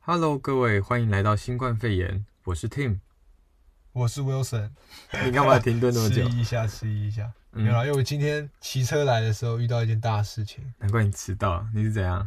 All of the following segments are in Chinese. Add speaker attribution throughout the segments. Speaker 1: Hello，各位，欢迎来到新冠肺炎，我是 Tim。
Speaker 2: 我是 Wilson，
Speaker 1: 你干嘛停顿那么
Speaker 2: 示
Speaker 1: 久？
Speaker 2: 意一下，示意一下。
Speaker 1: 嗯
Speaker 2: 没有啦，因为我今天骑车来的时候遇到一件大事情。
Speaker 1: 难怪你迟到，你是怎样？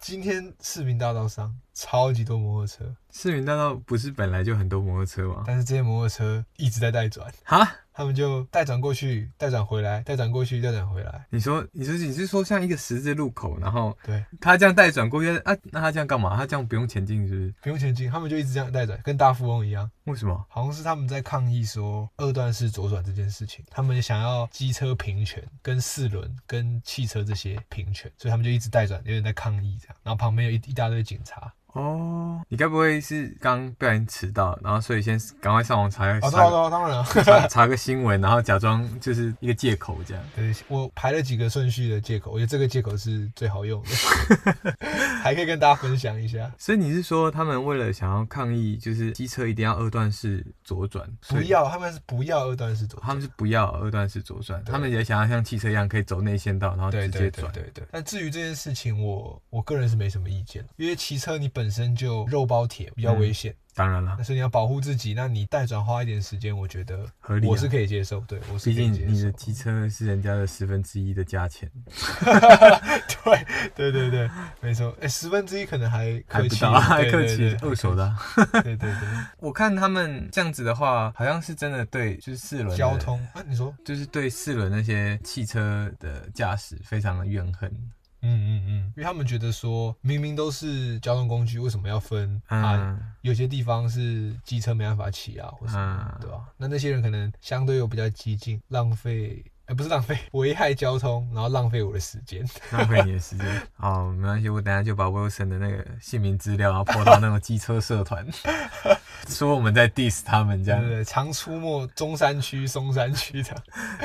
Speaker 2: 今天市民大道上超级多摩托车，
Speaker 1: 市民大道不是本来就很多摩托车吗？
Speaker 2: 但是这些摩托车一直在带转，
Speaker 1: 哈，
Speaker 2: 他们就带转过去，带转回来，带转过去，带转回来。
Speaker 1: 你说，你说你是说像一个十字路口，然后
Speaker 2: 对，
Speaker 1: 他这样带转过去啊？那他这样干嘛？他这样不用前进是不是？
Speaker 2: 不用前进，他们就一直这样带转，跟大富翁一样。
Speaker 1: 为什么？
Speaker 2: 好像是他们在抗议说二段式左转这件事情，他们想要机车平权，跟四轮、跟汽车这些平权，所以他们就一直带转，有点在抗议这样。然后旁边有一一大堆警察，
Speaker 1: 哦，你该不会是刚不小心迟到，然后所以先赶快上网查
Speaker 2: 哦，对
Speaker 1: 查
Speaker 2: 啊，
Speaker 1: 个
Speaker 2: 对啊，当然啊。
Speaker 1: 查查个新闻，然后假装就是一个借口这样？
Speaker 2: 对，我排了几个顺序的借口，我觉得这个借口是最好 用的，还可以跟大家分享一下。
Speaker 1: 所以你是说他们为了想要抗议，就是机车一定要二段式左转？所
Speaker 2: 不
Speaker 1: 以
Speaker 2: 要，他们是不要二段式左转，
Speaker 1: 他们是不要二段式左转，
Speaker 2: 对
Speaker 1: 他们也想要像汽车一样可以走内线道，然后直
Speaker 2: 对
Speaker 1: 接
Speaker 2: 对对
Speaker 1: 转。
Speaker 2: 对对。但至于这件事情我，我个人是没什么意见，因为骑车你本身就肉包铁，比较
Speaker 1: 嗯
Speaker 2: 危险，
Speaker 1: 当然了
Speaker 2: 那，所以你要保护自己，那你带转花一点时间，我觉得
Speaker 1: 合理啊
Speaker 2: 我是可以接受，对我是
Speaker 1: 毕
Speaker 2: 可以
Speaker 1: 竟
Speaker 2: 接
Speaker 1: 你
Speaker 2: 受
Speaker 1: 的。机车是人家的十分之一的价钱，
Speaker 2: 对对对对，没错，哎，十分之一可能还
Speaker 1: 还
Speaker 2: 客
Speaker 1: 不
Speaker 2: 气，
Speaker 1: 到， 还
Speaker 2: 对
Speaker 1: 客
Speaker 2: 对
Speaker 1: 气
Speaker 2: 对，
Speaker 1: 二手的啊。
Speaker 2: 对对对对，
Speaker 1: 我看他们这样子的话，好像是真的对，就是四 轮的
Speaker 2: 交，通啊，你说，
Speaker 1: 就是对四轮那些汽车的驾驶非常的怨恨。
Speaker 2: 嗯嗯嗯，因为他们觉得说，明明都是交通工具，为什么要分、啊？
Speaker 1: 嗯
Speaker 2: 有些地方是机车没办法骑啊，或什么，
Speaker 1: 嗯，
Speaker 2: 对吧、那那些人可能相对又比较激进，浪费，哎、不是浪费， 危害交通，然后浪费我的时间。
Speaker 1: 浪费你的时 间。好，没关系，我等下就把 Wilson 的那个姓名资料，然后抛到那种机车社 团，说我们在 diss 他们这
Speaker 2: 对
Speaker 1: 样
Speaker 2: 对。对，常出没中山区、松山区的，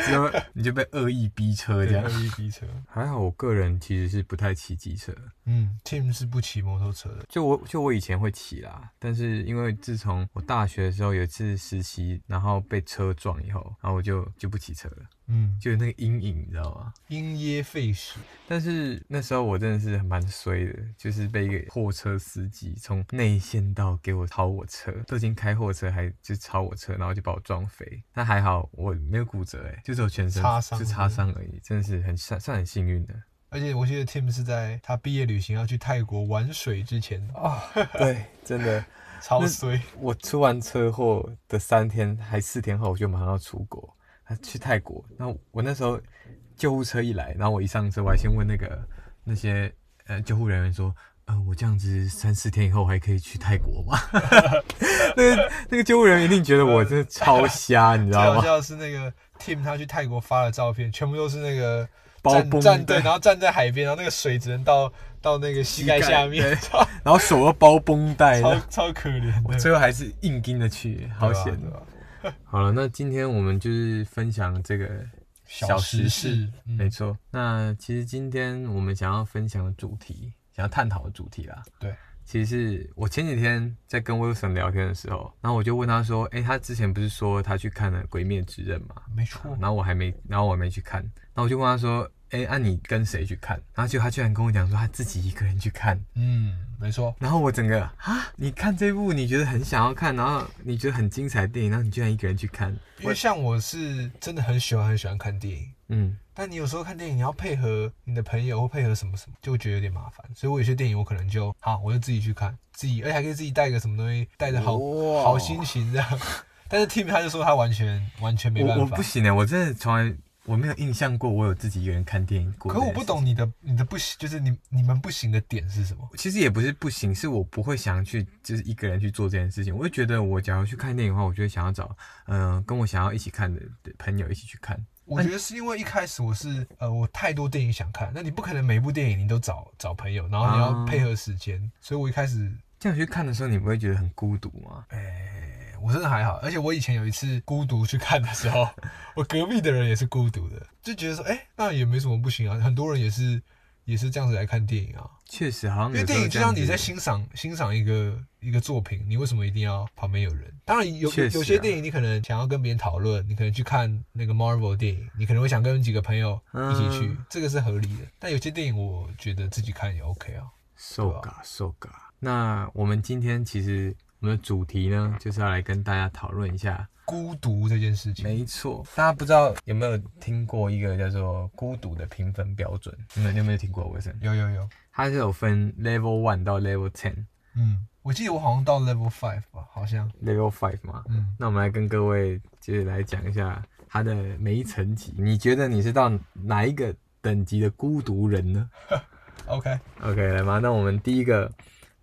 Speaker 1: 就你就被恶意逼车这
Speaker 2: 对，
Speaker 1: 样
Speaker 2: 二。一逼车。
Speaker 1: 还好，我个人其实是不太骑机车，
Speaker 2: 嗯，Tim 是不骑摩托车的。
Speaker 1: 就我就我以前会骑啦，但是因为自从我大学的时候有一次实习，然后被车撞以后，然后我就就不骑车了，
Speaker 2: 嗯，
Speaker 1: 就有那个阴影，你知道吗？
Speaker 2: 因噎废食。
Speaker 1: 但是那时候我真的是蛮衰的，就是被一个货车司机从内线道给我超我车，都已经开货车还就超我车，然后就把我撞飞。但还好我没有骨折、欸，就是我全身
Speaker 2: 擦伤
Speaker 1: 就擦伤而已，真的是很算算很幸运的。
Speaker 2: 而且我记得 Tim 是在他毕业旅行要去泰国玩水之前，
Speaker 1: 哦， 对，真的，
Speaker 2: 超
Speaker 1: 那
Speaker 2: 衰。
Speaker 1: 我出完车祸的三天还四天后，我就马上要出国，啊去泰国。然后我那时候救护车一来，然后我一上车，我还先问那个那些呃救护人员说。呃，我这样子三四天以后还可以去泰国吗？ 那个那个救护人员一定觉得我真的超瞎，你知
Speaker 2: 最
Speaker 1: 道
Speaker 2: 好
Speaker 1: 吗？
Speaker 2: 笑的是那个 Tim 他去泰国发的照片，全部都是那个
Speaker 1: 包
Speaker 2: 站
Speaker 1: 崩
Speaker 2: 站
Speaker 1: 对
Speaker 2: 队，然后站在海边，然后那个水只能到到那个膝盖
Speaker 1: 膝盖
Speaker 2: 下面
Speaker 1: 对，
Speaker 2: 超
Speaker 1: 然后手又包绷带，
Speaker 2: 超超可怜
Speaker 1: 我
Speaker 2: 的，
Speaker 1: 最后还是硬跟着去，好
Speaker 2: 对吧
Speaker 1: 险
Speaker 2: 对！啊吧
Speaker 1: 好了，那今天我们就是分享这个
Speaker 2: 小
Speaker 1: 时
Speaker 2: 时
Speaker 1: 事哎
Speaker 2: 事，嗯
Speaker 1: 没错。那其实今天我们想要分享的主题，想要探讨的主题啦，
Speaker 2: 对，
Speaker 1: 其实是我前几天在跟 Wilson 聊天的时候，然后我就问他说：“诶，他之前不是说他去看了《鬼灭之刃》吗？
Speaker 2: 没错，
Speaker 1: 然后我还没，然后我还没去看，然后我就问他说：‘诶，啊你跟谁去看？’然后结果他居然跟我讲说他自己一个人去看，
Speaker 2: 嗯，没错，
Speaker 1: 然后我整个啊，你看这部你觉得很想要看，然后你觉得很精彩的电影，然后你居然一个人去看，
Speaker 2: 因为像我是真的很喜欢很喜欢看电影。
Speaker 1: 嗯。”
Speaker 2: 但你有时候看电影，你要配合你的朋友或配合什么什么，就会觉得有点麻烦。所以我有些电影我可能就好，我就自己去看，自己而哎且还可以自己带个什么东西，带着好
Speaker 1: 哇
Speaker 2: 好心情这样。但是 Tim 他就说他完全完全没办
Speaker 1: 我
Speaker 2: 法，
Speaker 1: 我不行哎、我真的从来我没有印象过我有自己一个人看电影过。
Speaker 2: 可我不，懂你的你的不行，就是你你们不行的点是什么？
Speaker 1: 其实也不是不行，是我不会想去就是一个人去做这件事情。我会觉得我假如去看电影的话，我就会想要找嗯、呃跟我想要一起看的的朋友一起去看。
Speaker 2: 我觉得是因为一开始我是呃我太多电影想看，那你不可能每部电影你都找找朋友，然后你
Speaker 1: 啊
Speaker 2: 要配合时间，所以我一开始
Speaker 1: 这样去看的时候，你不会觉得很孤独吗？
Speaker 2: 哎我真的还好，而且我以前有一次孤独去看的时候， 我隔壁的人也是孤独的，就觉得说，哎、那也没什么不行啊，很多人也是也是这样子来看电影啊，
Speaker 1: 确实，好像
Speaker 2: 因
Speaker 1: 有
Speaker 2: 为
Speaker 1: 时候
Speaker 2: 电影就
Speaker 1: 嗯这样
Speaker 2: 像你
Speaker 1: 子
Speaker 2: 在欣赏欣赏一个一个作品，你为什么一定要旁边有人？当然有
Speaker 1: 确
Speaker 2: 有
Speaker 1: 实啊
Speaker 2: 有些电影你可能想要跟别人讨论，你可能去看那个 Marvel 电影，你可能会想跟几个朋友一起去，
Speaker 1: 嗯
Speaker 2: 这个是合理的。但有些电影我觉得自己看也 OK 啊，
Speaker 1: 受
Speaker 2: 对
Speaker 1: 嘎受嘎。那我们今天其实我们的主题呢，就是要来跟大家讨论一下。
Speaker 2: 孤独这件事情。
Speaker 1: 没错，大家不知道有没有听过一个叫做孤独的评分标准？你们你有没有听过？卫生，
Speaker 2: 有有有，
Speaker 1: 它是有分 level one 到 level ten，level
Speaker 2: 嗯，我记得我好像到 level five 吧，好像，
Speaker 1: five 嘛。
Speaker 2: 嗯，
Speaker 1: 那我们来跟各位就是来讲一下它的每一层级。你觉得你是到哪一个等级的孤独人呢？
Speaker 2: OK，
Speaker 1: OK，来吧，那我们第一个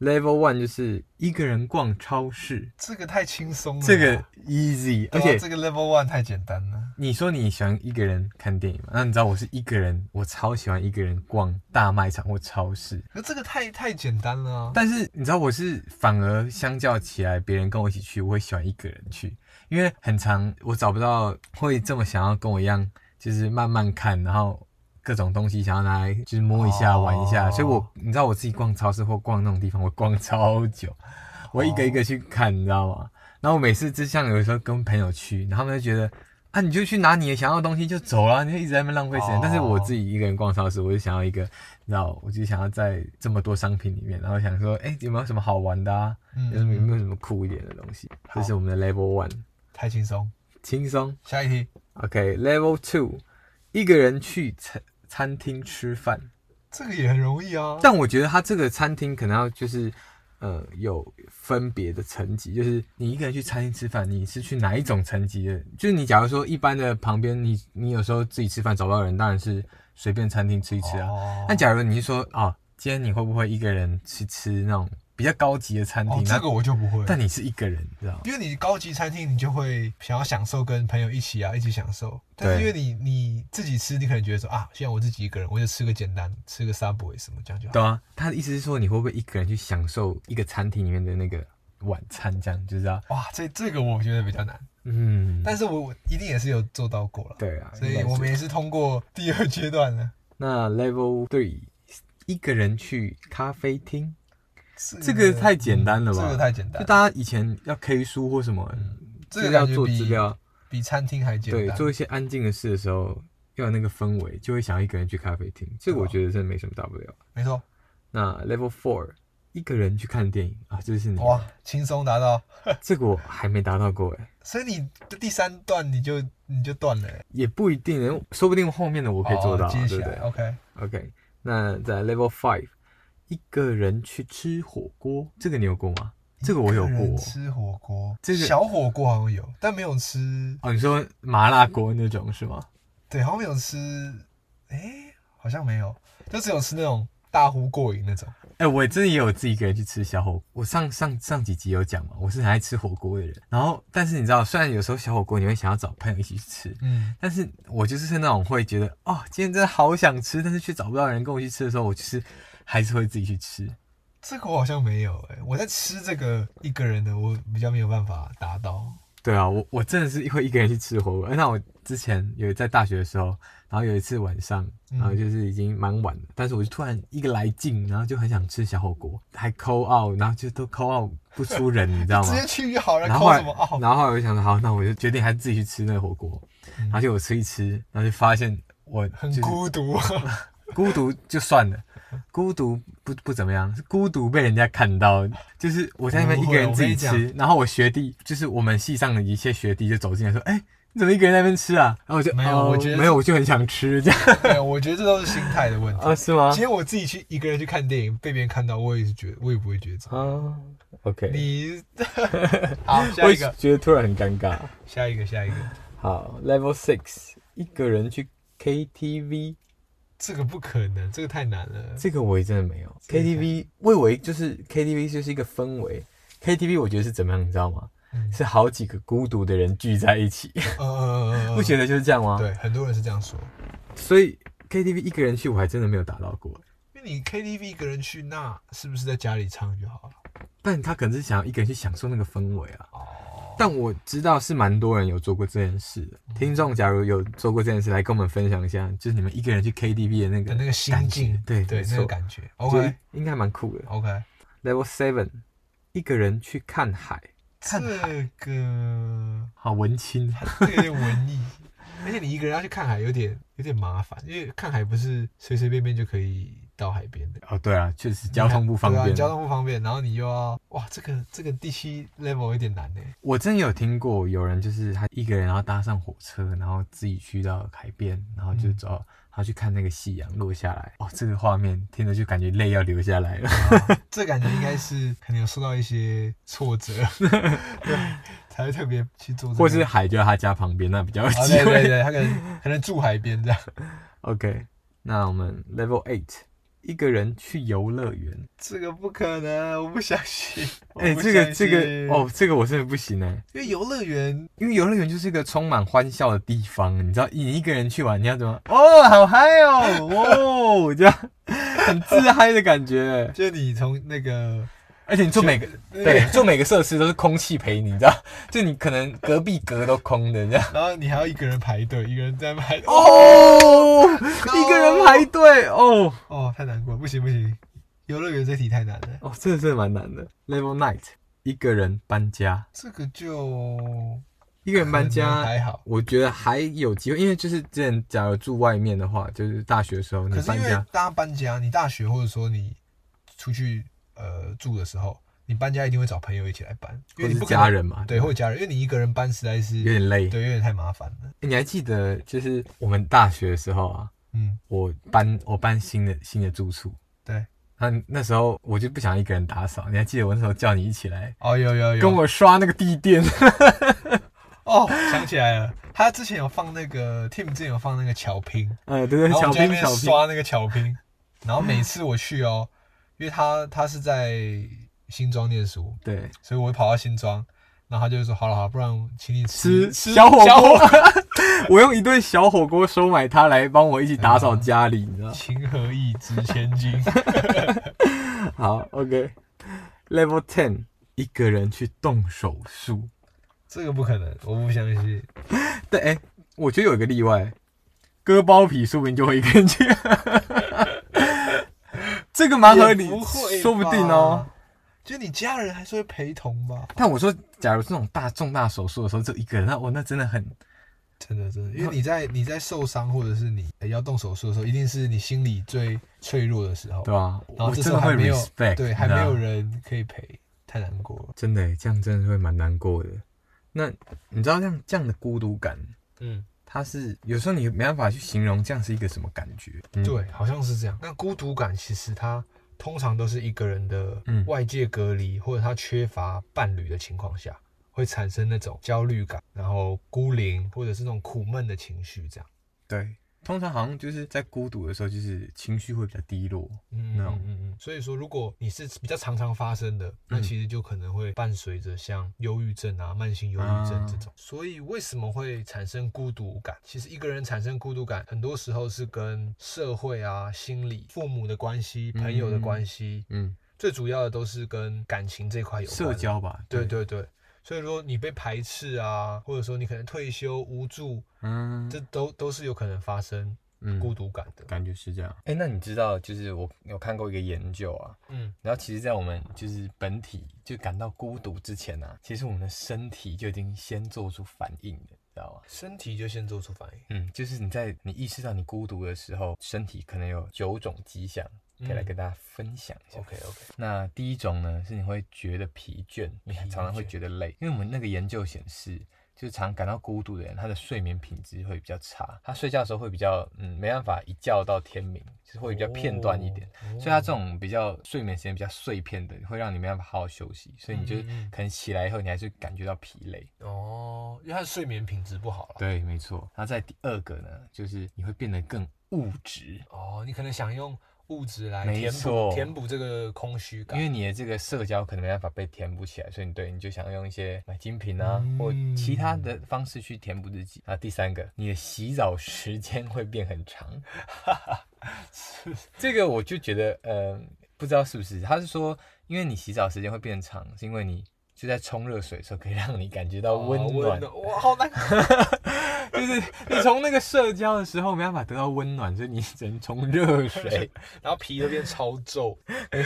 Speaker 1: level one 就是一个人逛超市，
Speaker 2: 这个太轻松了啊，
Speaker 1: 这个 easy，、而
Speaker 2: 对啊，
Speaker 1: 且
Speaker 2: 这个 level one 太简单了，
Speaker 1: 你说你喜欢一个人看电影嘛？那你知道我是一个人，我超喜欢一个人逛大卖场或超市。
Speaker 2: 可这个太太简单了啊。
Speaker 1: 但是你知道我是反而相较起来，别人跟我一起去，我会喜欢一个人去，因为很长我找不到会这么想要跟我一样，就是慢慢看，然后各种东西想要拿来就是摸一下、
Speaker 2: 哦
Speaker 1: 玩一下，所以我你知道我自己逛超市或逛那种地方，我逛超久，我一个一个去看，你知道吗？然后我每次就像有时候跟朋友去，然后他们就觉得。啊，你就去拿你想要的东西就走了，你就一直在那边浪费时间。
Speaker 2: 哦
Speaker 1: 但是我自己一个人逛超市，我就想要一个你知道，我就想要在这么多商品里面，然后想说，哎、有没有什么好玩的啊？有什么有没
Speaker 2: 嗯，
Speaker 1: 有什么酷一点的东西？
Speaker 2: 好
Speaker 1: 这是我们的 Level One，
Speaker 2: 太轻松。
Speaker 1: 轻松。
Speaker 2: 下一题，
Speaker 1: OK，Level、Two，一个人去餐餐厅吃饭，
Speaker 2: 这个也很容易啊。
Speaker 1: 但我觉得他这个餐厅可能要就是。呃，有分别的层级，就是你一个人去餐厅吃饭，你是去哪一种层级的？就是你假如说一般的旁边，你你有时候自己吃饭找不到人，当然是随便餐厅吃一吃啊。
Speaker 2: 哦
Speaker 1: 那假如你是说哦，今天你会不会一个人去吃那种比较高级的餐厅？
Speaker 2: 哦，
Speaker 1: 那
Speaker 2: 这个我就不会，
Speaker 1: 但你是一个人，你知道吗？
Speaker 2: 因为你高级餐厅，你就会想要享受跟朋友一起啊，一起享受。但是
Speaker 1: 对
Speaker 2: 因为你你自己吃，你可能觉得说啊，现在我自己一个人，我就吃个简单，吃个 Subway 什么这样就好。
Speaker 1: 对啊，他的意思是说你会不会一个人去享受一个餐厅里面的那个晚餐，这样就是啊，
Speaker 2: 哇，这这个我觉得比较难，
Speaker 1: 嗯，
Speaker 2: 但是我我一定也是有做到过了，
Speaker 1: 对啊，
Speaker 2: 所
Speaker 1: 应
Speaker 2: 以
Speaker 1: 该
Speaker 2: 我
Speaker 1: 是
Speaker 2: 们也是通过第二阶段了。
Speaker 1: 那 level three 一个人去咖啡厅，这个太简单了吧？
Speaker 2: 这个太简单
Speaker 1: 就
Speaker 2: 了，
Speaker 1: 大家以前要 K 书或什么，
Speaker 2: 嗯这
Speaker 1: 就
Speaker 2: 个
Speaker 1: 是要
Speaker 2: 感觉
Speaker 1: 做
Speaker 2: 比
Speaker 1: 资料，
Speaker 2: 比餐厅还简
Speaker 1: 对，
Speaker 2: 单。
Speaker 1: 做一些安静的事的时候，要有那个氛围，就会想要一个人去咖啡厅。这个
Speaker 2: 对啊
Speaker 1: 我觉得真的没什么大不了。
Speaker 2: 没错，
Speaker 1: 那 Level Four，一个人去看电影啊，这是你，
Speaker 2: 哇，轻松达到。
Speaker 1: 这个我还没达到过哎，
Speaker 2: 所以你第三段你就你就断了欸、
Speaker 1: 也不一定，说不定后面的我可以做到
Speaker 2: 哦
Speaker 1: 啊，
Speaker 2: 接
Speaker 1: 对
Speaker 2: 下
Speaker 1: 不
Speaker 2: 来
Speaker 1: 对
Speaker 2: OK，
Speaker 1: ？OK，那在 Level Five，一个人去吃火锅，这个你有过吗？这个我有
Speaker 2: 一人
Speaker 1: 过
Speaker 2: 吃火锅，
Speaker 1: 这个
Speaker 2: 小火锅好像有，但没有吃，
Speaker 1: 哦，你说麻辣锅那种是吗？
Speaker 2: 对，好像没有吃，哎、好像没有，就只有吃那种大呼过瘾那种。
Speaker 1: 哎、我真的也有自己一个人去吃小火锅。我上上上几集有讲嘛，我是很爱吃火锅的人。然后，但是你知道，虽然有时候小火锅你会想要找朋友一起去吃，
Speaker 2: 嗯，
Speaker 1: 但是我就是是那种会觉得哦，今天真的好想吃，但是却找不到人跟我去吃的时候，我就是还是会自己去吃。
Speaker 2: 这个我好像没有、欸，哎，我在吃这个一个人的，我比较没有办法达到。
Speaker 1: 对啊，我我真的是会一个人去吃火锅。哎那我之前有在大学的时候，然后有一次晚上，
Speaker 2: 嗯
Speaker 1: 然后就是已经蛮晚了，但是我就突然一个来劲，然后就很想吃小火锅，还抠奥，然后就都抠奥不出人，你知道吗
Speaker 2: 直？接去就好了，
Speaker 1: 然后后
Speaker 2: 抠
Speaker 1: 来
Speaker 2: 什么啊？好
Speaker 1: 然后后来我就想说，好，那我就决定还是自己去吃那个火锅。
Speaker 2: 嗯
Speaker 1: 然后就我吃一吃，然后就发现我
Speaker 2: 很
Speaker 1: 就是
Speaker 2: 孤独，
Speaker 1: 孤独就算了，孤独不不怎么样，是孤独被人家看到，就是我在那边一个人自己
Speaker 2: 不会我跟
Speaker 1: 吃，然后我学弟就是我们系上的一些学弟就走进来说，哎、你怎么一个人在那边吃啊？然后我就
Speaker 2: 没有
Speaker 1: 哦
Speaker 2: 我觉得
Speaker 1: 没有，我就很想吃这样
Speaker 2: 没有，我觉得这都是心态的问 题。
Speaker 1: 啊？是吗
Speaker 2: 今？天我自己去一个人去看电影，被别人看到，我也是觉得，我也不会 觉得怎么样。
Speaker 1: 啊，OK，
Speaker 2: 你 好，下
Speaker 1: 我
Speaker 2: 一
Speaker 1: 也
Speaker 2: 个，
Speaker 1: 觉得突然很尴尬。
Speaker 2: 下一个，下一个，
Speaker 1: 好，Level Six，一个人去 KTV。
Speaker 2: 这个不可能，这个太难了。
Speaker 1: 这个我也真的没有。
Speaker 2: 这个
Speaker 1: KTV 我以为就是 KTV 就是一个氛围，KTV 我觉得是怎么样，你知道吗？
Speaker 2: 嗯
Speaker 1: 是好几个孤独的人聚在一起，
Speaker 2: 呃，
Speaker 1: 不觉得就是这样吗？
Speaker 2: 对，很多人是这样说。
Speaker 1: 所以 KTV 一个人去我还真的没有达到过，
Speaker 2: 因为你 KTV 一个人去，那是不是在家里唱就好了？
Speaker 1: 但他可能是想要一个人去享受那个氛围啊。
Speaker 2: 哦，
Speaker 1: 但我知道是蛮多人有做过这件事的，
Speaker 2: 嗯
Speaker 1: 听众假如有做过这件事，来跟我们分享一下，就是你们一个人去 KTV 的那个
Speaker 2: 的那个心
Speaker 1: 感觉
Speaker 2: 境，
Speaker 1: 对
Speaker 2: 对
Speaker 1: 没，
Speaker 2: 那
Speaker 1: 错
Speaker 2: 个感觉。
Speaker 1: 就
Speaker 2: OK
Speaker 1: 应该蛮酷的。
Speaker 2: OK，
Speaker 1: Level Seven，一个人去看海，
Speaker 2: 这
Speaker 1: 看海
Speaker 2: 个
Speaker 1: 好文青。
Speaker 2: 这个有点文艺， 而且你一个人要去看海，有点有点麻烦，因为看海不是随随便便就可以到海边的。
Speaker 1: 哦，对啊，确实交通不方
Speaker 2: 对
Speaker 1: 便。
Speaker 2: 啊，交通不方便，然后你又要哇，这个这个第七 level 有点难欸呢。
Speaker 1: 我真有听过有人就是他一个人，然后搭上火车，然后自己去到海边，然后
Speaker 2: 嗯
Speaker 1: 就走，他去看那个夕阳落下来。哦，这个画面听着就感觉泪要流下来了。
Speaker 2: 啊这感觉应该是可能有受到一些挫折， 对，才会特别去做这个。
Speaker 1: 或是海就在他家旁边，那比较有
Speaker 2: 啊，
Speaker 1: 机
Speaker 2: 对对
Speaker 1: 会。
Speaker 2: 对，他可能可能住海边这样。
Speaker 1: OK，那我们 Level Eight，一个人去游乐园。
Speaker 2: 这个不可能，我不相信。
Speaker 1: 哎、
Speaker 2: 我不
Speaker 1: 这个
Speaker 2: 相
Speaker 1: 这个
Speaker 2: 信，
Speaker 1: 哦，这个我真的不行哎、
Speaker 2: 因为游乐园
Speaker 1: 因为游乐园就是一个充满欢笑的地方，你知道，你一个人去玩，你要怎 么？哦，好嗨哦，哦，这样很自嗨的感觉。
Speaker 2: 就你从那个
Speaker 1: 而且你做每个
Speaker 2: 对
Speaker 1: 对做每个设施都是空气陪你，你知道，就你可能隔壁隔都空的这样。
Speaker 2: 然后你还要一个人排队，一个人在排队。
Speaker 1: 哦，一个人排队哦
Speaker 2: 哦，太难过，不行不行，游乐园这题太难了。
Speaker 1: 哦，这真的蛮难的。Level Night，一个人搬家，
Speaker 2: 这个就
Speaker 1: 一个人搬
Speaker 2: 可能
Speaker 1: 家
Speaker 2: 还好，
Speaker 1: 我觉得还有机会，因为就是之前假如住外面的话，就是大学的时候你
Speaker 2: 可是
Speaker 1: 搬
Speaker 2: 因为
Speaker 1: 家，
Speaker 2: 大家搬家，你大学或者说你出去呃住的时候，你搬家一定会找朋友一起来搬，因
Speaker 1: 或
Speaker 2: 为
Speaker 1: 是
Speaker 2: 你不可能
Speaker 1: 家人嘛，
Speaker 2: 对，或者家人，因为你一个人搬实在是
Speaker 1: 有点累。
Speaker 2: 对，有点太麻烦了。
Speaker 1: 你还记得就是我们大学的时候啊，
Speaker 2: 嗯，
Speaker 1: 我搬我搬新的新的住处，
Speaker 2: 对。
Speaker 1: 那那时候我就不想一个人打扫，你还记得我那时候叫你一起来
Speaker 2: 哦，有有有，
Speaker 1: 跟我刷那个地垫？
Speaker 2: 哦，想起来了，他之前有放那个 Tim 之前有放那个巧拼，
Speaker 1: 呃，对对，
Speaker 2: 然后我
Speaker 1: 小
Speaker 2: 们就在
Speaker 1: 兵
Speaker 2: 那边
Speaker 1: 小兵，
Speaker 2: 刷那个巧拼，然后每次我去哦，因为他他是在新庄念书，
Speaker 1: 对，
Speaker 2: 所以我会跑到新庄，然后他就说好了好了，不然请你
Speaker 1: 吃
Speaker 2: 吃
Speaker 1: 嗯小火锅， 我用一顿小火锅收买他来帮我一起打扫家里，你知道吗？
Speaker 2: 情何以值千 金？
Speaker 1: 好，OK。Level Ten，一个人去动手术。
Speaker 2: 这个不可能，我不相信。
Speaker 1: 对，哎、我觉得有一个例外，割包皮，说不定就会一个人去。 这个蛮合理
Speaker 2: 也不会，吧
Speaker 1: 说不定哦。。
Speaker 2: 就你家人还是会陪同吧？
Speaker 1: 但我说，假如这种大重大手术的时候，只有一个人，那我那真的很
Speaker 2: 真的真的，因为你在你在受伤或者是你呃要动手术的时候，一定是你心里最脆弱的时候。
Speaker 1: 对吧、
Speaker 2: 然
Speaker 1: 我
Speaker 2: 哦后这时
Speaker 1: 真
Speaker 2: 候
Speaker 1: 的
Speaker 2: 还
Speaker 1: 会
Speaker 2: 没有
Speaker 1: respect，
Speaker 2: 对，
Speaker 1: 你
Speaker 2: 还
Speaker 1: 知
Speaker 2: 没
Speaker 1: 道
Speaker 2: 有
Speaker 1: 吗
Speaker 2: 人可以陪，太难过了。
Speaker 1: 真的耶，这样真的会蛮难过的。那你知道这样这样的孤独感，
Speaker 2: 嗯，
Speaker 1: 它是有时候你没办法去形容这样是一个什么感觉。嗯，
Speaker 2: 对，好像是这样。那孤独感其实它通常都是一个人的
Speaker 1: 嗯
Speaker 2: 外界隔离，或者他缺乏伴侣的情况下，会产生那种焦虑感，然后孤零，或者是那种苦闷的情绪，这样。
Speaker 1: 对，通常好像就是在孤独的时候，就是情绪会比较低落。
Speaker 2: 嗯
Speaker 1: 那种
Speaker 2: 嗯嗯嗯，所以说，如果你是比较常常发生的，那
Speaker 1: 嗯
Speaker 2: 其实就可能会伴随着像忧郁症啊、慢性忧郁症这种。所以为什么会产生孤独感？其实一个人产生孤独感，很多时候是跟社会啊、心理、父母的关系、朋友的关系，
Speaker 1: 嗯，
Speaker 2: 最主要的都是跟感情这块有关。
Speaker 1: 社。交吧。
Speaker 2: 对，对对。所以说你被排斥啊，或者说你可能退休无助，
Speaker 1: 嗯，
Speaker 2: 这都都是有可能发生
Speaker 1: 嗯
Speaker 2: 孤独感的。
Speaker 1: 感觉是这样。哎、那你知道，就是我有看过一个研究啊，
Speaker 2: 嗯，
Speaker 1: 然后其实，在我们就是本体就感到孤独之前啊，其实我们的身体就已经先做出反应了，你知道吗？
Speaker 2: 身体就先做出反应。
Speaker 1: 嗯，就是你在你意识到你孤独的时候，身体可能有九种迹象，可以来
Speaker 2: 嗯
Speaker 1: 跟大家分享一下。
Speaker 2: OK OK。
Speaker 1: 那第一种呢，是你会觉得疲倦，你
Speaker 2: 疲
Speaker 1: 常常会
Speaker 2: 倦
Speaker 1: 觉得累，因为我们那个研究显示，就是常感到孤独的人，他的睡眠品质会比较差，他睡觉的时候会比较，嗯，没办法一觉到天明，就是会比较片段一点。
Speaker 2: 哦，
Speaker 1: 所以他这种比较睡眠时间比较碎片的，会让你没办法好好休息，所以你就是
Speaker 2: 嗯嗯嗯
Speaker 1: 可能起来以后，你还是感觉到疲累。
Speaker 2: 哦，因为他的睡眠品质不好了。
Speaker 1: 对，没错。那在第二个呢，就是你会变得更物质，
Speaker 2: 哦，你可能想用物质来
Speaker 1: 没
Speaker 2: 填
Speaker 1: 错
Speaker 2: 补填补这个空虚
Speaker 1: 因
Speaker 2: 感。
Speaker 1: 为你的这个社交可能没办法被填补起来，所以你对你就想用一些买精品啊、
Speaker 2: 嗯
Speaker 1: 或其他的方式去填补自己。那第三个，你的洗澡时间会变很长， 这个我就觉得，呃，不知道是不是，他是说，因为你洗澡时间会变长，是因为你就在冲热水的时候可以让你感觉到
Speaker 2: 哦
Speaker 1: 温暖，
Speaker 2: 哇，好难。
Speaker 1: 就是你从那个社交的时候没办法得到温暖，所以你只能冲热 水，
Speaker 2: 然后皮都变超 皱。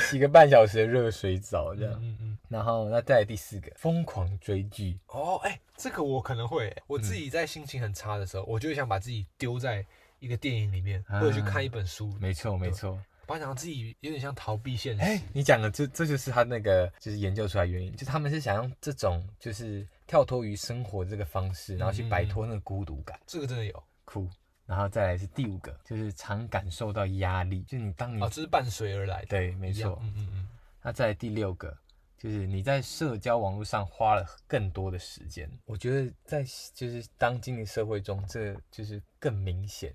Speaker 1: 洗个半小时的热水澡这样。
Speaker 2: 嗯嗯。
Speaker 1: 然后，那再来第四个，疯狂追剧。
Speaker 2: 哦，哎、这个我可能会、我
Speaker 1: 嗯
Speaker 2: 自己在心情很
Speaker 1: 啊
Speaker 2: 差的时候，我就会想把自己丢在一个电影里面，或者去看一本书。
Speaker 1: 没错，没错。
Speaker 2: 班长自己有点像逃避现实。
Speaker 1: 哎、你讲的这这就是他那个就是研究出来的原因，就他们是想用这种就是跳脱于生活这个方式，然后去摆脱那个孤独感，
Speaker 2: 这个真的有
Speaker 1: 酷。然后再来是第五个，就是常感受到压力，就你当你、
Speaker 2: 啊，这是伴随而来的。
Speaker 1: 嗯对，没
Speaker 2: 一样，
Speaker 1: 错。
Speaker 2: 嗯嗯嗯，
Speaker 1: 那再来第六个，就是你在社交网络上花了更多的时间。我觉得在就是当今的社会中，这就是更明显。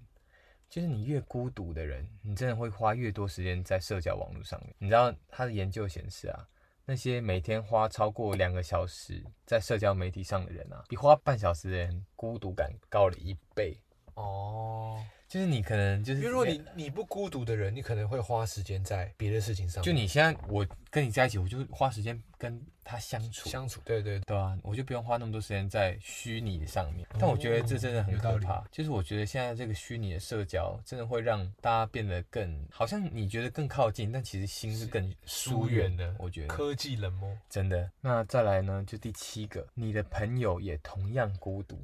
Speaker 1: 就是你越孤独的人，你真的会花越多时间在社交网络上面。你知道他的研究显示啊，那些每天花超过两个小时在社交媒体上的人啊，比花半小时的人孤独感高了一倍。
Speaker 2: 哦，
Speaker 1: 就是你可能就是
Speaker 2: 因为如果你你不孤独的人，你可能会花时间在别的事情上
Speaker 1: 就
Speaker 2: 面
Speaker 1: 你现在我跟你在一起，我就花时间跟他相处，
Speaker 2: 相处。对对，对
Speaker 1: 对啊，我就不用花那么多时间在虚拟上面。但我觉得这真的很
Speaker 2: 有道
Speaker 1: 可
Speaker 2: 理
Speaker 1: 怕，就是我觉得现在这个虚拟的社交，真的会让大家变得更，好像你觉得更靠近，但其实心是更疏远的。我觉得
Speaker 2: 科技冷漠，
Speaker 1: 真的。那再来呢，就第七个，你的朋友也同样孤独，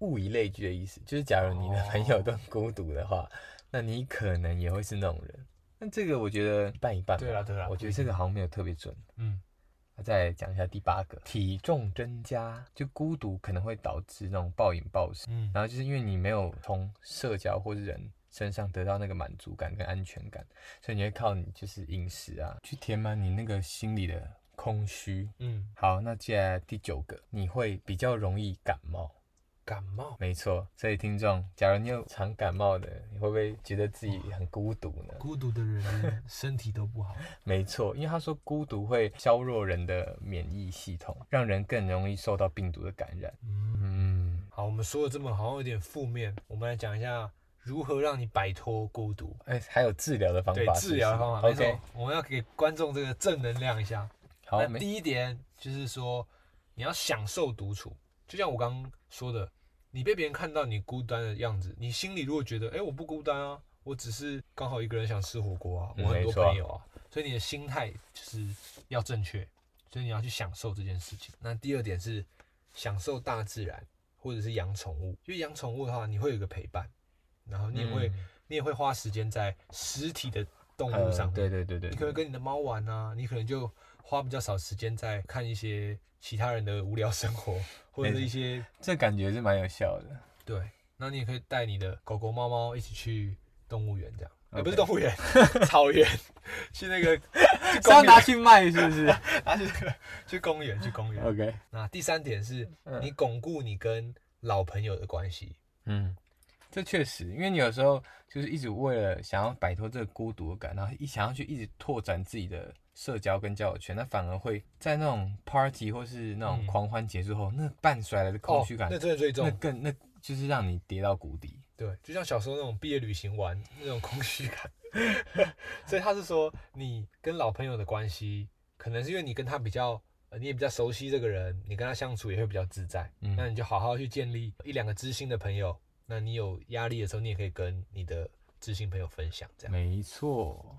Speaker 1: 物以类聚的意思，就是假如你的朋友
Speaker 2: 哦
Speaker 1: 都很孤独的话，那你可能也会是那种人。那这个我觉得一半一半吧。
Speaker 2: 对啦对啦
Speaker 1: 我觉得这个好像没有特别准。
Speaker 2: 嗯，
Speaker 1: 那再讲一下第八个，体重增加，就孤独可能会导致那种暴饮暴食，
Speaker 2: 嗯
Speaker 1: 然后就是因为你没有从社交或是人身上得到那个满足感跟安全感，所以你会靠你就是饮食啊去填满你那个心里的空虚。
Speaker 2: 嗯，
Speaker 1: 好，那接下来第九个，你会比较容易感冒，
Speaker 2: 感冒
Speaker 1: 没错。所以听众，假如你有常感冒的，你会不会觉得自己很孤独呢？
Speaker 2: 孤独的人身体都不好。
Speaker 1: 没错，因为他说孤独会削弱人的免疫系统，让人更容易受到病毒的感染。
Speaker 2: 嗯，
Speaker 1: 嗯，
Speaker 2: 好，我们说的这么好像有点负面，我们来讲一下如何让你摆脱孤独。
Speaker 1: 哎，还有治疗的方
Speaker 2: 对
Speaker 1: 法，
Speaker 2: 治疗的方法，
Speaker 1: o
Speaker 2: 没
Speaker 1: k
Speaker 2: 错，我们要给观众这个正能量一下。
Speaker 1: 好，
Speaker 2: 那
Speaker 1: 没
Speaker 2: 第一点就是说，你要享受独处，就像我刚刚说的，你被别人看到你孤单的样子，你心里如果觉得，哎，我不孤单啊，我只是刚好一个人想吃火锅啊，
Speaker 1: 嗯
Speaker 2: 我很
Speaker 1: 没
Speaker 2: 多
Speaker 1: 错啊
Speaker 2: 朋友啊，所以你的心态就是要正确，所以你要去享受这件事情。那第二点是享受大自然，或者是养宠物，因为养宠物的话，你会有一个陪伴，然后你也会、
Speaker 1: 嗯
Speaker 2: 你也会花时间在实体的动物
Speaker 1: 呃
Speaker 2: 上面。
Speaker 1: 对对对对，
Speaker 2: 你可能跟你的猫玩啊，你可能就花比较少时间在看一些其他人的无聊生活，或者是一些
Speaker 1: 这感觉是蛮有效的。
Speaker 2: 对。那你也可以带你的狗狗、猫猫一起去动物园，这样，呃
Speaker 1: OK
Speaker 2: 不是动物园， 草原，去那个 去
Speaker 1: 是要
Speaker 2: 公
Speaker 1: 拿
Speaker 2: 园，
Speaker 1: 去卖是不 是嗯
Speaker 2: 拿去去公园，去公园。
Speaker 1: ？OK，
Speaker 2: 那第三点是
Speaker 1: 嗯
Speaker 2: 你巩固你跟老朋友的关系，
Speaker 1: 嗯，这确实，因为你有时候就是一直为了想要摆脱这个孤独感，然后一想要去一直拓展自己的社交跟交友圈，那反而会在那种 party 或是那种
Speaker 2: 嗯
Speaker 1: 狂欢结束后，那伴随来的空虚感
Speaker 2: 哦，那真的最
Speaker 1: 那
Speaker 2: 重。
Speaker 1: 更那就是让你跌到谷底。
Speaker 2: 对，就像小时候那种毕业旅行玩那种空虚感， 所以他是说你跟老朋友的关系，可能是因为你跟他比较，呃你也比较熟悉这个人，你跟他相处也会比较自在，
Speaker 1: 嗯
Speaker 2: 那你就好好去建立一两个知心的朋友，那你有压力的时候，你也可以跟你的知心朋友分享，这样。
Speaker 1: 没错，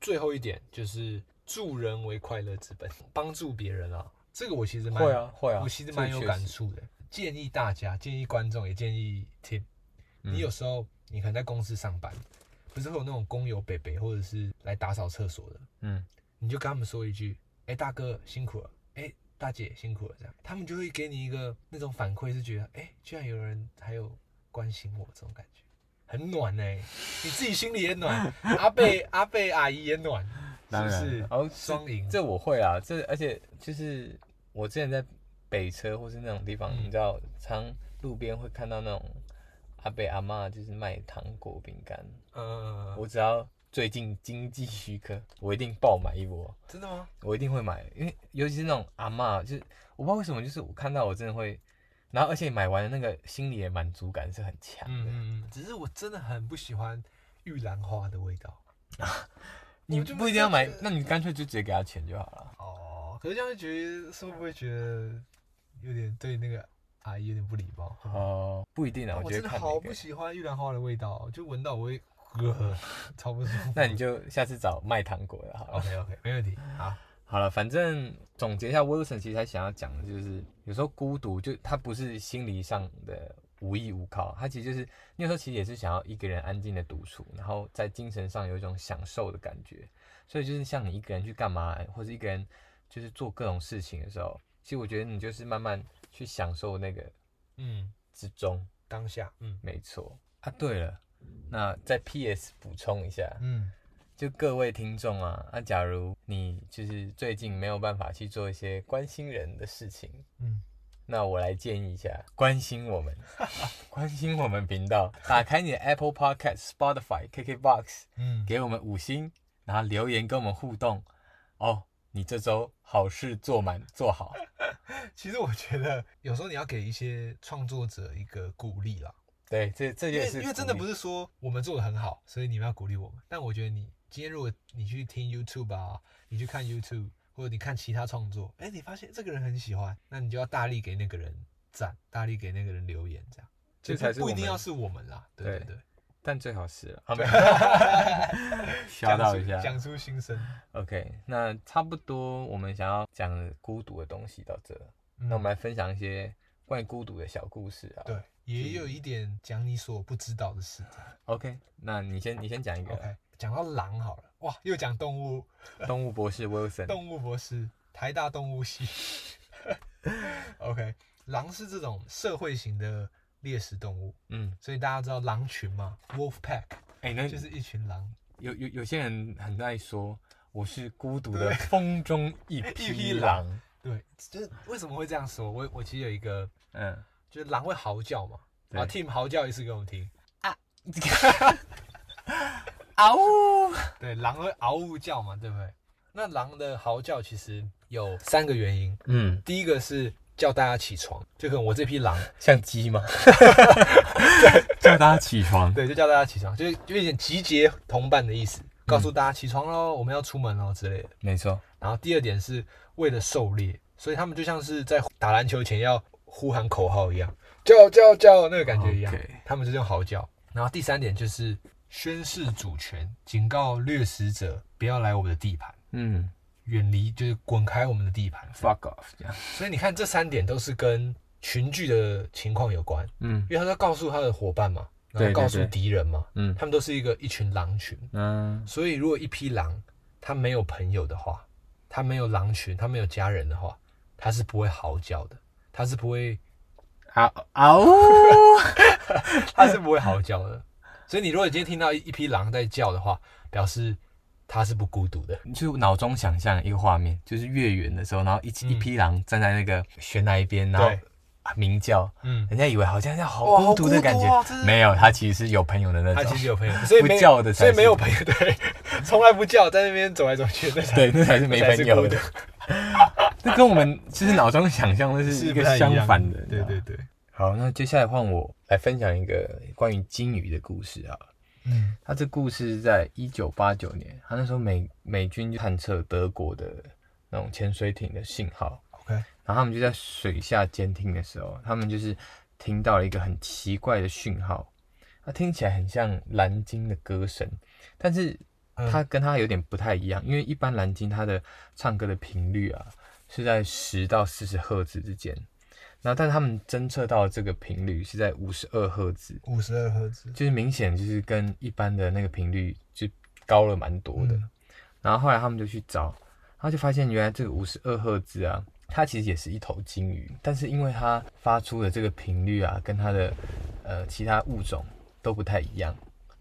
Speaker 2: 最后一点就是助人为快乐之本，帮助别人啊，这个我其实蛮
Speaker 1: 会啊会啊
Speaker 2: 我其实
Speaker 1: 这个
Speaker 2: 蛮有
Speaker 1: 确
Speaker 2: 感
Speaker 1: 实
Speaker 2: 触的。建议大家，建议观众，也建议 Tim，、
Speaker 1: 嗯
Speaker 2: 你有时候你可能在公司上班，不是会有那种工友北北或者是来打扫厕所的，
Speaker 1: 嗯，
Speaker 2: 你就跟他们说一句：“哎、大哥辛苦了，哎、大姐辛苦了。”这样，他们就会给你一个那种反馈，是觉得哎、居然有人还有关心我这种感觉，很暖呢、你自己心里也暖，阿贝阿贝阿姨也暖，是
Speaker 1: 当
Speaker 2: 不
Speaker 1: 然，
Speaker 2: 是？
Speaker 1: 哦，是
Speaker 2: 双赢，
Speaker 1: 这我会啊，这而且就是我之前在北车或是那种地方，
Speaker 2: 嗯
Speaker 1: 你知道，常路边会看到那种阿伯阿嬷就是卖糖果饼干，
Speaker 2: 呃，
Speaker 1: 我只要最近经济许可，我一定爆买一波。
Speaker 2: 真的吗？
Speaker 1: 我一定会买，因为尤其是那种阿嬷，就是我不知道为什么，就是我看到我真的会，然后而且买完的那个心里的满足感是很强的。
Speaker 2: 嗯嗯嗯，只是我真的很不喜欢玉兰花的味道。
Speaker 1: 你
Speaker 2: 我就
Speaker 1: 不一定要买，那你干脆就直接给他钱就好了。
Speaker 2: 哦，可是这样就觉得是不会觉得有点对那个阿姨有点不礼貌？
Speaker 1: 哦，不一定啊，
Speaker 2: 我
Speaker 1: 觉得
Speaker 2: 真的
Speaker 1: 看
Speaker 2: 好
Speaker 1: 每
Speaker 2: 不
Speaker 1: 个。
Speaker 2: 喜欢玉兰花的味道，哦就闻到我会，呃， 超不舒服。
Speaker 1: 那你 就下次找卖糖果的好了。
Speaker 2: OK OK 没问题，好，
Speaker 1: 好了，反正总结一下，Wilson 其实他想要讲的就是，有时候孤独就它不是心理上的无依无靠，他其实就是你有时候其实也是想要一个人安静的独处，然后在精神上有一种享受的感觉。所以就是像你一个人去干嘛，或者一个人就是做各种事情的时候，其实我觉得你就是慢慢去享受那个
Speaker 2: 嗯，
Speaker 1: 之中。
Speaker 2: 当下，嗯
Speaker 1: 没错啊，对了，那再 P.S. 补充一下，
Speaker 2: 嗯，
Speaker 1: 就各位听众啊，啊，假如你就是最近没有办法去做一些关心人的事情，
Speaker 2: 嗯，
Speaker 1: 那我来建议一下，关心我 们，关心我们频道，打开你的 Apple Podcast、Spotify、KKBox，
Speaker 2: 嗯，
Speaker 1: 给我们五星，然后留言跟我们互动。哦，你这周好事做满做好，
Speaker 2: 其实我觉得有时候你要给一些创作者一个鼓励啦，
Speaker 1: 对，这这
Speaker 2: 因
Speaker 1: 也
Speaker 2: 为
Speaker 1: 是
Speaker 2: 因为真的不
Speaker 1: 是
Speaker 2: 是说我们做的很好，所以你们要鼓励我们。但我觉得你今天如果你去听 YouTube 啊，你去看 YouTube 或者你看其他创作，哎，你发现这个人很喜欢，那你就要大力给那个人赞，大力给那个人留言，这样
Speaker 1: 这
Speaker 2: 就
Speaker 1: 才是
Speaker 2: 不
Speaker 1: 我
Speaker 2: 一定
Speaker 1: 们
Speaker 2: 要是我们啦，对
Speaker 1: 对
Speaker 2: 对，
Speaker 1: 但最好是啊，没有吓
Speaker 2: 讲
Speaker 1: 到
Speaker 2: 出
Speaker 1: 一下，
Speaker 2: 讲出心声。
Speaker 1: OK，那差不多我们想要讲的孤独的东西到这，那我们来分享一些关于孤独的小故事啊。
Speaker 2: 嗯对，也有一点讲你所不知道的事。这样
Speaker 1: ，OK，那你先你先讲一个
Speaker 2: OK，讲到狼好了，哇，又讲动物，
Speaker 1: 动物博士 Wilson，
Speaker 2: 动物博士，台大动物系。OK，狼是这种社会型的猎食动物，
Speaker 1: 嗯，
Speaker 2: 所以大家知道狼群嘛，Wolf Pack
Speaker 1: 哎、那
Speaker 2: 就是一群狼，
Speaker 1: 有有有些人很爱说我是孤独的风中一
Speaker 2: 一匹
Speaker 1: 匹
Speaker 2: 狼
Speaker 1: 狼，
Speaker 2: 对，就是为什么会这样说？我我其实有一个，
Speaker 1: 嗯，
Speaker 2: 就是狼会嚎叫嘛，
Speaker 1: 对
Speaker 2: 啊，Team 嚎叫一次给我们听，
Speaker 1: 啊呜，
Speaker 2: 对，狼会嗷呜叫嘛，对不对？那狼的嚎叫其实有三个原因，
Speaker 1: 嗯，
Speaker 2: 第一个是叫大家起床，就可能我这批狼，
Speaker 1: 像鸡吗？叫大家起床，
Speaker 2: 对，就叫大家起床，就是就有点集结同伴的意思，告
Speaker 1: 嗯
Speaker 2: 诉大家起床喽，我们要出门喽之类的。
Speaker 1: 没错，
Speaker 2: 然后第二点是为了狩猎，所以他们就像是在打篮球前要呼喊口号一样，叫叫叫那个感觉一样
Speaker 1: 哦 OK
Speaker 2: 他们就是用嚎叫。然后第三点就是宣示主权，警告掠食者不要来我们的地盘，
Speaker 1: 嗯
Speaker 2: 远离就是滚开我们的地盘。
Speaker 1: ，fuck off 这样，
Speaker 2: 所以你看这三点都是跟群聚的情况有关，
Speaker 1: 嗯
Speaker 2: 因为他在告诉他的伙伴嘛，然
Speaker 1: 对对
Speaker 2: 后告诉
Speaker 1: 对
Speaker 2: 敌人嘛，
Speaker 1: 嗯
Speaker 2: 他们都是一个一群狼群。
Speaker 1: 嗯，
Speaker 2: 所以如果一匹狼它没有朋友的话，它没有狼群，它没有家人的话，它是不会嚎叫的，它是 不会，
Speaker 1: 啊啊呜，
Speaker 2: 它是不会嚎叫的。所以你如果今天听到一一匹狼在叫的话，表示它是不孤独的。
Speaker 1: 你就脑中想象一个画面，就是月圆的时候，然后一起
Speaker 2: 嗯
Speaker 1: 一匹狼站在那个悬崖边，然后
Speaker 2: 对
Speaker 1: 啊鸣叫，
Speaker 2: 嗯，
Speaker 1: 人家以为好像要好
Speaker 2: 哇
Speaker 1: 孤独的感觉，
Speaker 2: 好孤独哦真的
Speaker 1: 没有，他其实是有朋友的那
Speaker 2: 它
Speaker 1: 种
Speaker 2: 其，实有朋友，所以
Speaker 1: 不
Speaker 2: 没
Speaker 1: 叫的才
Speaker 2: 所以没有
Speaker 1: 是
Speaker 2: 朋友，对， 从来不叫，在那边走来走去， 那才
Speaker 1: 对，那才是没
Speaker 2: 才是
Speaker 1: 朋友
Speaker 2: 孤
Speaker 1: 的
Speaker 2: 独。
Speaker 1: 那跟我们就是脑中想象的是
Speaker 2: 是
Speaker 1: 一
Speaker 2: 不
Speaker 1: 个
Speaker 2: 太一
Speaker 1: 相
Speaker 2: 样
Speaker 1: 反的，你知
Speaker 2: 对
Speaker 1: 道吗
Speaker 2: 对。对，
Speaker 1: 好，那接下来换我来分享一个关于金鱼的故事啊。
Speaker 2: 嗯
Speaker 1: 他这故事是在一九八九年，他那时候美美军探测德国的那种潜水艇的信号，
Speaker 2: ，OK，
Speaker 1: 然后他们就在水下监听的时候，他们就是听到了一个很奇怪的讯号，它听起来很像蓝鲸的歌声，但是
Speaker 2: 嗯
Speaker 1: 它跟它有点不太一样，因为一般蓝鲸它的唱歌的频率啊是在十到四十赫兹之间，那但他们侦测到这个频率是在五十二赫兹，
Speaker 2: 五十二赫兹，
Speaker 1: 就是明显就是跟一般的那个频率就高了蛮多的。
Speaker 2: 嗯
Speaker 1: 然后后来他们就去找，然后就发现原来这个五十二赫兹啊，它其实也是一头金鱼，但是因为它发出的这个频率啊，跟它的呃其他物种都不太一样，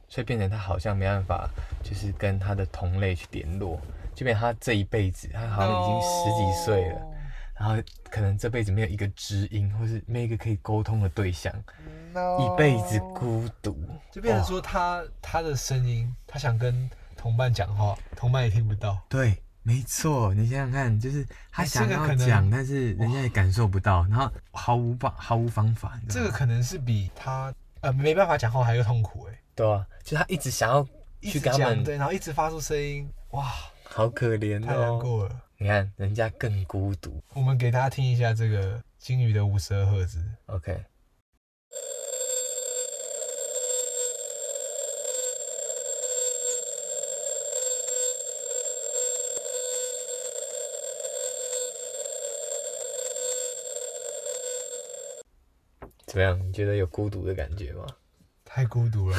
Speaker 1: 所以变成它好像没办法就是跟它的同类去联络，就变成它这一辈子它好像已
Speaker 2: 哦
Speaker 1: 经十几岁了。然后可能这辈子没有一个知音，或是没有一个可以沟通的对象，
Speaker 2: Oh, No，
Speaker 1: 一辈子孤独。
Speaker 2: 就变成说他他的声音，他想跟同伴讲话，同伴也听不到。
Speaker 1: 对，没错，你想想看，就是他
Speaker 2: 哎
Speaker 1: 想
Speaker 2: 这
Speaker 1: 要
Speaker 2: 个可能
Speaker 1: 讲，但是人家也感受不到，然后毫无方毫无方法，你知
Speaker 2: 这
Speaker 1: 道
Speaker 2: 个
Speaker 1: 吗
Speaker 2: 可能是比他呃没办法讲话还要痛苦哎、
Speaker 1: 对啊，就他一直想要
Speaker 2: 一
Speaker 1: 去
Speaker 2: 直
Speaker 1: 跟他
Speaker 2: 讲
Speaker 1: 们，
Speaker 2: 对，然后一直发出声音，哇，
Speaker 1: 好可怜
Speaker 2: 太难
Speaker 1: 哦。
Speaker 2: 过了。
Speaker 1: 你看人家更孤独。
Speaker 2: 我们给大家听一下这个金鱼的五十二赫兹，
Speaker 1: OK，怎么样？你觉得有孤独的感觉吗？
Speaker 2: 太孤 独了，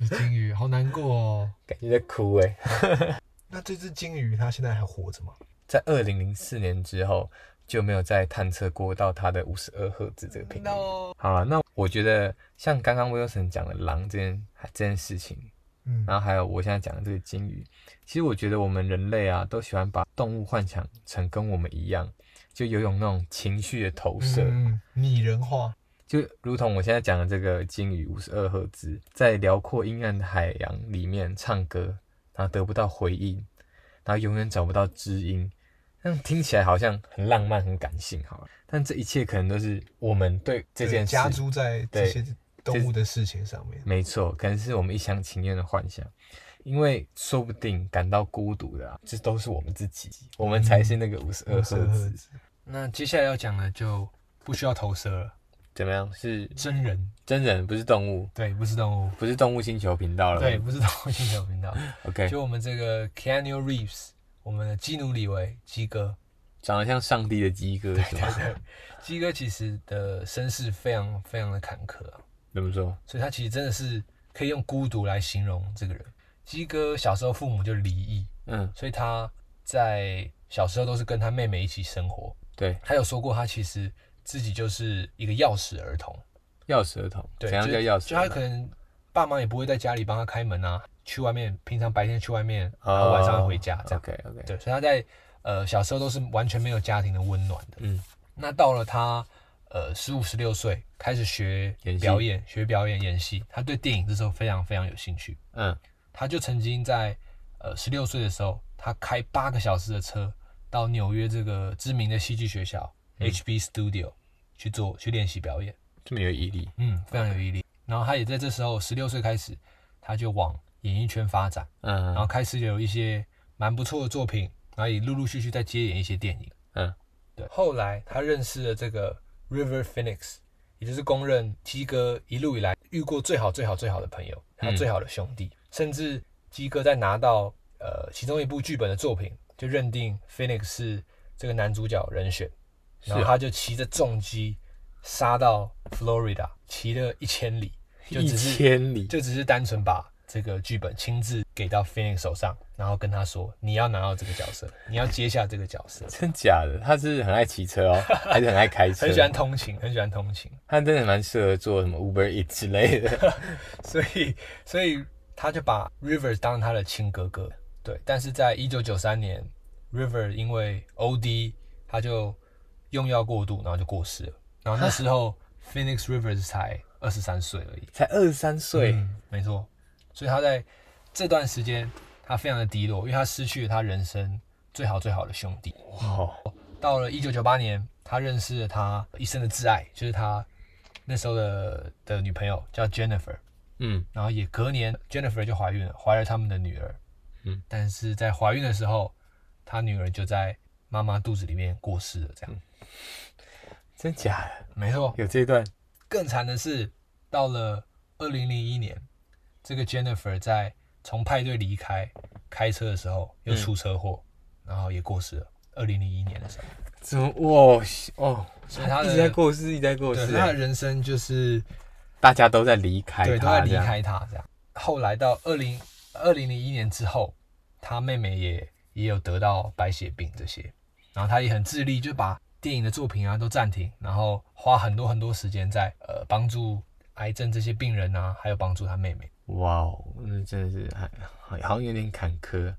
Speaker 2: 这只金鱼好难过哦。
Speaker 1: 感觉在哭欸诶、
Speaker 2: 那这只金鱼它现在还活着吗？
Speaker 1: 在二零零四年之后就没有再探测过到它的五十二赫兹这个频率。
Speaker 2: No
Speaker 1: 好了，那我觉得像刚刚 Wilson 讲的狼这件这件事情，
Speaker 2: 嗯，
Speaker 1: 然后还有我现在讲的这个金鱼，其实我觉得我们人类啊，都喜欢把动物幻想成跟我们一样，就有种那种情绪的投射，
Speaker 2: 嗯，拟人化，
Speaker 1: 就如同我现在讲的这个金鱼五十二赫兹，在辽阔阴暗的海洋里面唱歌，然后得不到回应，然后永远找不到知音，那样听起来好像很浪漫、很感性，好了，但这一切可能都是我们对这件
Speaker 2: 对
Speaker 1: 事
Speaker 2: 加诸在这
Speaker 1: 对
Speaker 2: 些动物的事情上面。
Speaker 1: 没错，可能是我们一厢情愿的幻想，因为说不定感到孤独的、啊，这都是我们自己，我们才是那个五十二赫兹。
Speaker 2: 子。那接下来要讲的就不需要投射了，
Speaker 1: 怎么样？是
Speaker 2: 真人
Speaker 1: 真人，不是动物，
Speaker 2: 对，不是动物，
Speaker 1: 不是动物星球频道了。
Speaker 2: 对，不是动物星球频道，
Speaker 1: ，OK，
Speaker 2: 就我们这个 Keanu Reeves，我们的基努里维基哥，
Speaker 1: 长得像上帝的鸡哥是吗？
Speaker 2: 基哥其实的身世非常非常的坎坷、啊，
Speaker 1: 怎么说？
Speaker 2: 所以他其实真的是可以用孤独来形容这个人。基哥小时候父母就离异，
Speaker 1: 嗯，
Speaker 2: 所以他在小时候都是跟他妹妹一起生活。
Speaker 1: 对，
Speaker 2: 他有说过，他其实自己就是一个钥匙儿童，
Speaker 1: 钥匙儿童，
Speaker 2: 对，
Speaker 1: 怎样
Speaker 2: 就
Speaker 1: 叫钥匙
Speaker 2: 就他
Speaker 1: 儿
Speaker 2: 可
Speaker 1: 童？
Speaker 2: 能爸妈也不会在家里帮他开门啊，去外面，平常白天去外面，
Speaker 1: 哦
Speaker 2: 然后晚上回家这样。
Speaker 1: OK 哦 OK，
Speaker 2: 对，所以他在呃小时候都是完全没有家庭的温暖的。
Speaker 1: 嗯，
Speaker 2: 那到了他呃十五十六岁开始学
Speaker 1: 演戏
Speaker 2: 表演，学表演演戏，他对电影这时候非常非常有兴趣。
Speaker 1: 嗯，
Speaker 2: 他就曾经在呃十六岁的时候，他开八个小时的车到纽约这个知名的戏剧学校、HB
Speaker 1: 嗯
Speaker 2: Studio 去做去练习表演，
Speaker 1: 这么有毅力，
Speaker 2: 嗯，非常有毅力。然后他也在这时候十六岁开始，他就往演艺圈发展，
Speaker 1: 嗯
Speaker 2: 然后开始有一些蛮不错的作品，然后也陆陆续续在接演一些电影。
Speaker 1: 嗯，
Speaker 2: 对，后来他认识了这个 River Phoenix，也就是公认鸡哥一路以来遇过最好、最好、最好的朋友，
Speaker 1: 嗯
Speaker 2: 他最好的兄弟。甚至鸡哥在拿到呃其中一部剧本的作品，就认定 Phoenix 是这个男主角人选，然后
Speaker 1: 啊
Speaker 2: 他就骑着重机杀到 Florida，骑了一千里，就
Speaker 1: 一
Speaker 2: 只是
Speaker 1: 千里，
Speaker 2: 就只是单纯把这个剧本亲自给到 Phoenix 手上，然后跟他说你要拿到这个角色，你要接下这个角色。
Speaker 1: 真假的？他是很爱骑车 哦，还是很爱开车？
Speaker 2: 很喜欢通勤，很喜欢通勤，
Speaker 1: 他真的蛮适合做什么 Uber Eat 之类的。
Speaker 2: 所以所以他就把 Rivers 当他的亲哥哥。对，但是在一九九三年，River 因为 OD，他就用药过度，然后就过世了。然后那时候 Phoenix Rivers 才二十三岁而已。
Speaker 1: 才二十三岁，
Speaker 2: 嗯没错。所以他在这段时间，他非常的低落，因为他失去了他人生最好最好的兄弟。
Speaker 1: 哇，
Speaker 2: 到了一九九八年，他认识了他一生的挚爱，就是他那时候的的女朋友叫 Jennifer，
Speaker 1: 嗯，
Speaker 2: 然后也隔年 Jennifer 就怀孕了，怀了他们的女儿。
Speaker 1: 嗯，
Speaker 2: 但是在怀孕的时候，他女儿就在妈妈肚子里面过世了。这样，
Speaker 1: 真假的？
Speaker 2: 没错。
Speaker 1: 有这一段
Speaker 2: 更惨的是，到了二零零一年，这个 Jennifer 在从派对离开开车的时候又
Speaker 1: 嗯
Speaker 2: 出车祸，然后也过世了。二零零一年的时候，
Speaker 1: 怎么哇西哦，
Speaker 2: 所以他
Speaker 1: 一
Speaker 2: 的
Speaker 1: 直在过世，一直欸在过
Speaker 2: 对
Speaker 1: 世，哎
Speaker 2: 他的人生就是
Speaker 1: 大家都在离开
Speaker 2: 对都
Speaker 1: 他，
Speaker 2: 在离开他这样。后来到二零二零零一年之后，他妹妹也也有得到白血病这些，然后他也很致力就把电影的作品啊都暂停，然后花很多很多时间在呃帮助癌症这些病人啊，还有帮助他妹妹。
Speaker 1: 哇哦，那真的是还好像有点坎坷。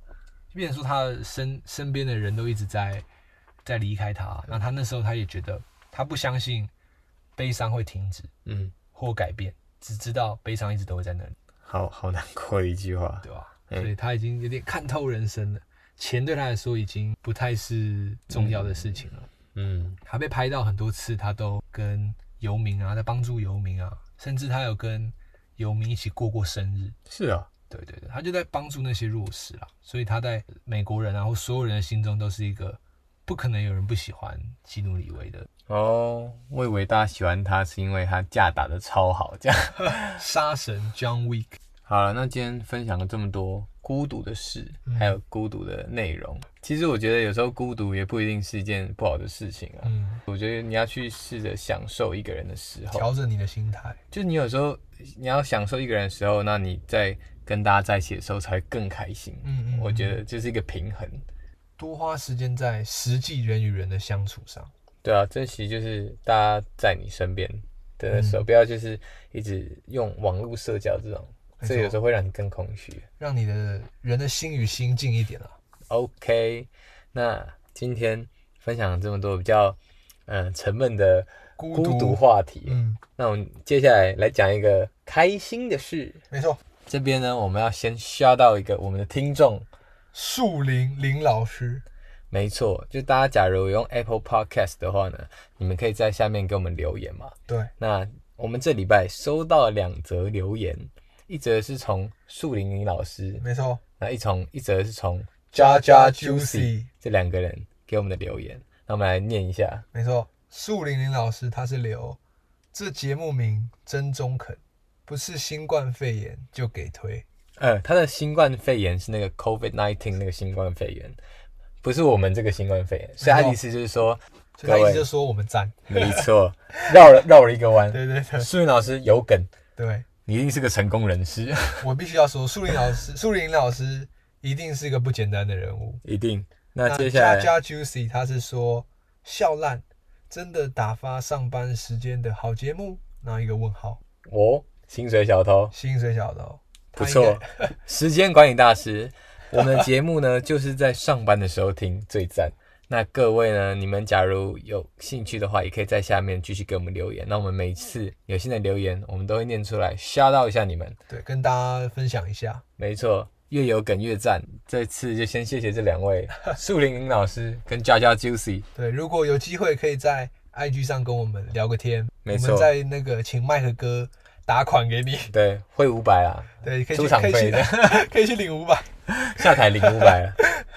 Speaker 2: 就变成说他的身身边的人都一直在在离开他，那他那时候他也觉得他不相信悲伤会停止
Speaker 1: 嗯，
Speaker 2: 或改变，只知道悲伤一直都会在那里，
Speaker 1: 好好难过的一句话。
Speaker 2: 对吧？
Speaker 1: 嗯
Speaker 2: 所以他已经有点看透人生了，钱对他来说已经不太是重要的事情了。
Speaker 1: 嗯，
Speaker 2: 他被拍到很多次，他都跟游民啊，在帮助游民啊，甚至他有跟游民一起过过生日，
Speaker 1: 是啊、
Speaker 2: 对对对，他就在帮助那些弱势啦，所以他在美国人啊或所有人的心中都是一个不可能有人不喜欢基努里维的
Speaker 1: 哦。我以为大家喜欢他是因为他架打的超好，这样。
Speaker 2: 杀神 John Wick。
Speaker 1: 好了，那今天分享了这么多孤独的事，
Speaker 2: 嗯
Speaker 1: 还有孤独的内容。其实我觉得有时候孤独也不一定是一件不好的事情啊。
Speaker 2: 嗯，
Speaker 1: 我觉得你要去试着享受一个人的时候，
Speaker 2: 调整你的心态，
Speaker 1: 就你有时候你要享受一个人的时候，那你在跟大家在一起的时候才会更开心。
Speaker 2: 嗯嗯嗯
Speaker 1: 我觉得这是一个平衡。
Speaker 2: 多花时间在实际人与人的相处上。
Speaker 1: 对啊，这其实就是大家在你身边的时候，
Speaker 2: 嗯
Speaker 1: 不要就是一直用网络社交这种，
Speaker 2: 没
Speaker 1: 这有
Speaker 2: 错
Speaker 1: 时候会让你更空虚。
Speaker 2: 让你的人的心与心近一点啊。
Speaker 1: OK，那今天分享了这么多比较嗯、呃沉闷的
Speaker 2: 孤独
Speaker 1: 孤独话题，
Speaker 2: 嗯，
Speaker 1: 那我们接下来来讲一个开心的事。
Speaker 2: 没错。
Speaker 1: 这边呢，我们要先刷到一个我们的听众，
Speaker 2: 树林林老师，
Speaker 1: 没错，就大家假如有用 Apple Podcast 的话呢，你们可以在下面给我们留言嘛。
Speaker 2: 对，
Speaker 1: 那我们这礼拜收到了两则留言，一则是从树林林老师，
Speaker 2: 没错。
Speaker 1: 那一从一则是从
Speaker 2: Jaja
Speaker 1: 这两个人给我们的留言，那我们来念一下。
Speaker 2: 没错，树林林老师他是留这节目名真中肯，不是新冠肺炎就给推。
Speaker 1: 呃，他的新冠肺炎是那个 COVID nineteen 那个新冠肺炎，不是我们这个新冠肺炎，所以他的意思就是说，
Speaker 2: 所以他
Speaker 1: 各
Speaker 2: 一
Speaker 1: 位
Speaker 2: 直就说我们赞。
Speaker 1: 没 错，绕了绕了一个弯。
Speaker 2: 对对对
Speaker 1: 树林老师有梗，
Speaker 2: 对，
Speaker 1: 你一定是个成功人士，
Speaker 2: 我必须要说，树林老师， 树林老师一定是个不简单的人物。
Speaker 1: 一定。
Speaker 2: 那
Speaker 1: 那接下来，
Speaker 2: 加 Juicy 他是说笑烂，真的打发上班时间的好节目。然后一个问号，
Speaker 1: 哦，薪水小偷，
Speaker 2: 薪水小的哦，
Speaker 1: 不
Speaker 2: 他应
Speaker 1: 错
Speaker 2: 该，
Speaker 1: 时间管理大师。我们的节目呢，就是在上班的时候听，最赞。那各位呢，你们假如有兴趣的话，也可以在下面继续给我们留言。那我们每次有新的留言，我们都会念出来，吓到一下你们。
Speaker 2: 对，跟大家分享一下。
Speaker 1: 没错，越有梗越赞。这次就先谢谢这两位 树林林老师跟佳佳 Juicy。
Speaker 2: 对，如果有机会可以在 IG 上跟我们聊个天，
Speaker 1: 没
Speaker 2: 我
Speaker 1: 错
Speaker 2: 们在那个请麦克哥打款给你，
Speaker 1: 对，会五百啊啦，
Speaker 2: 对，可以
Speaker 1: 出
Speaker 2: 去
Speaker 1: 场
Speaker 2: 可以
Speaker 1: 费
Speaker 2: 去
Speaker 1: 的
Speaker 2: 可以去领五百。
Speaker 1: 下台领五百了。啊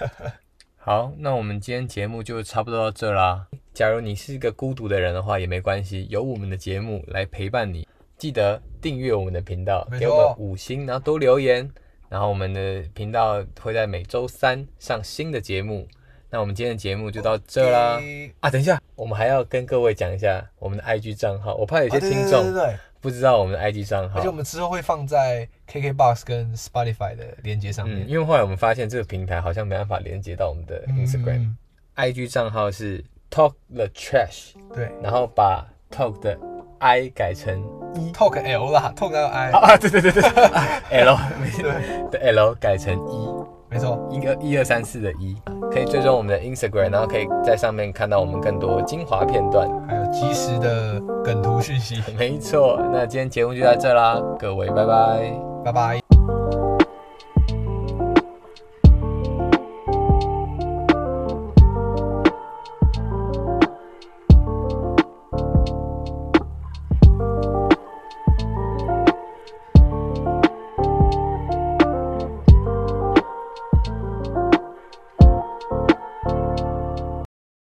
Speaker 1: 好，那我们今天节目就差不多到这啦。假如你是一个孤独的人的话，也没关系，有我们的节目来陪伴你。记得订阅我们的频道，
Speaker 2: 没错
Speaker 1: 给我们五星，然后多留言。然后我们的频道会在每周三上新的节目。那我们今天的节目就到这啦。
Speaker 2: 对
Speaker 1: 啊，等一下，我们还要跟各位讲一下我们的 IG 账号，我怕有些
Speaker 2: 哦对对
Speaker 1: 听
Speaker 2: 对对
Speaker 1: 众
Speaker 2: 对，
Speaker 1: 不知道我们的 IG 账号
Speaker 2: 而且我。们之后会放在 KKBox 跟 Spotify 的连接上
Speaker 1: 嗯，
Speaker 2: 面。
Speaker 1: 因为后来我们发现这个平台好像没办法连接到我们的 Instagram。
Speaker 2: 嗯
Speaker 1: IG 账号是 Talk the Trash，
Speaker 2: 对
Speaker 1: 然后把 Talk 的 I 改 成
Speaker 2: ，Talk L 啦，Talk L I，、
Speaker 1: 啊啊，对对对对，L 没事
Speaker 2: 对
Speaker 1: 的 L 改成一
Speaker 2: 没错，
Speaker 1: 一个一二三四的一，可以追踪我们的 Instagram，然后可以在上面看到我们更多精华片段。
Speaker 2: 还有及时的梗图讯息。
Speaker 1: 没错，那今天节目就到这啦，各位拜拜。
Speaker 2: 拜拜。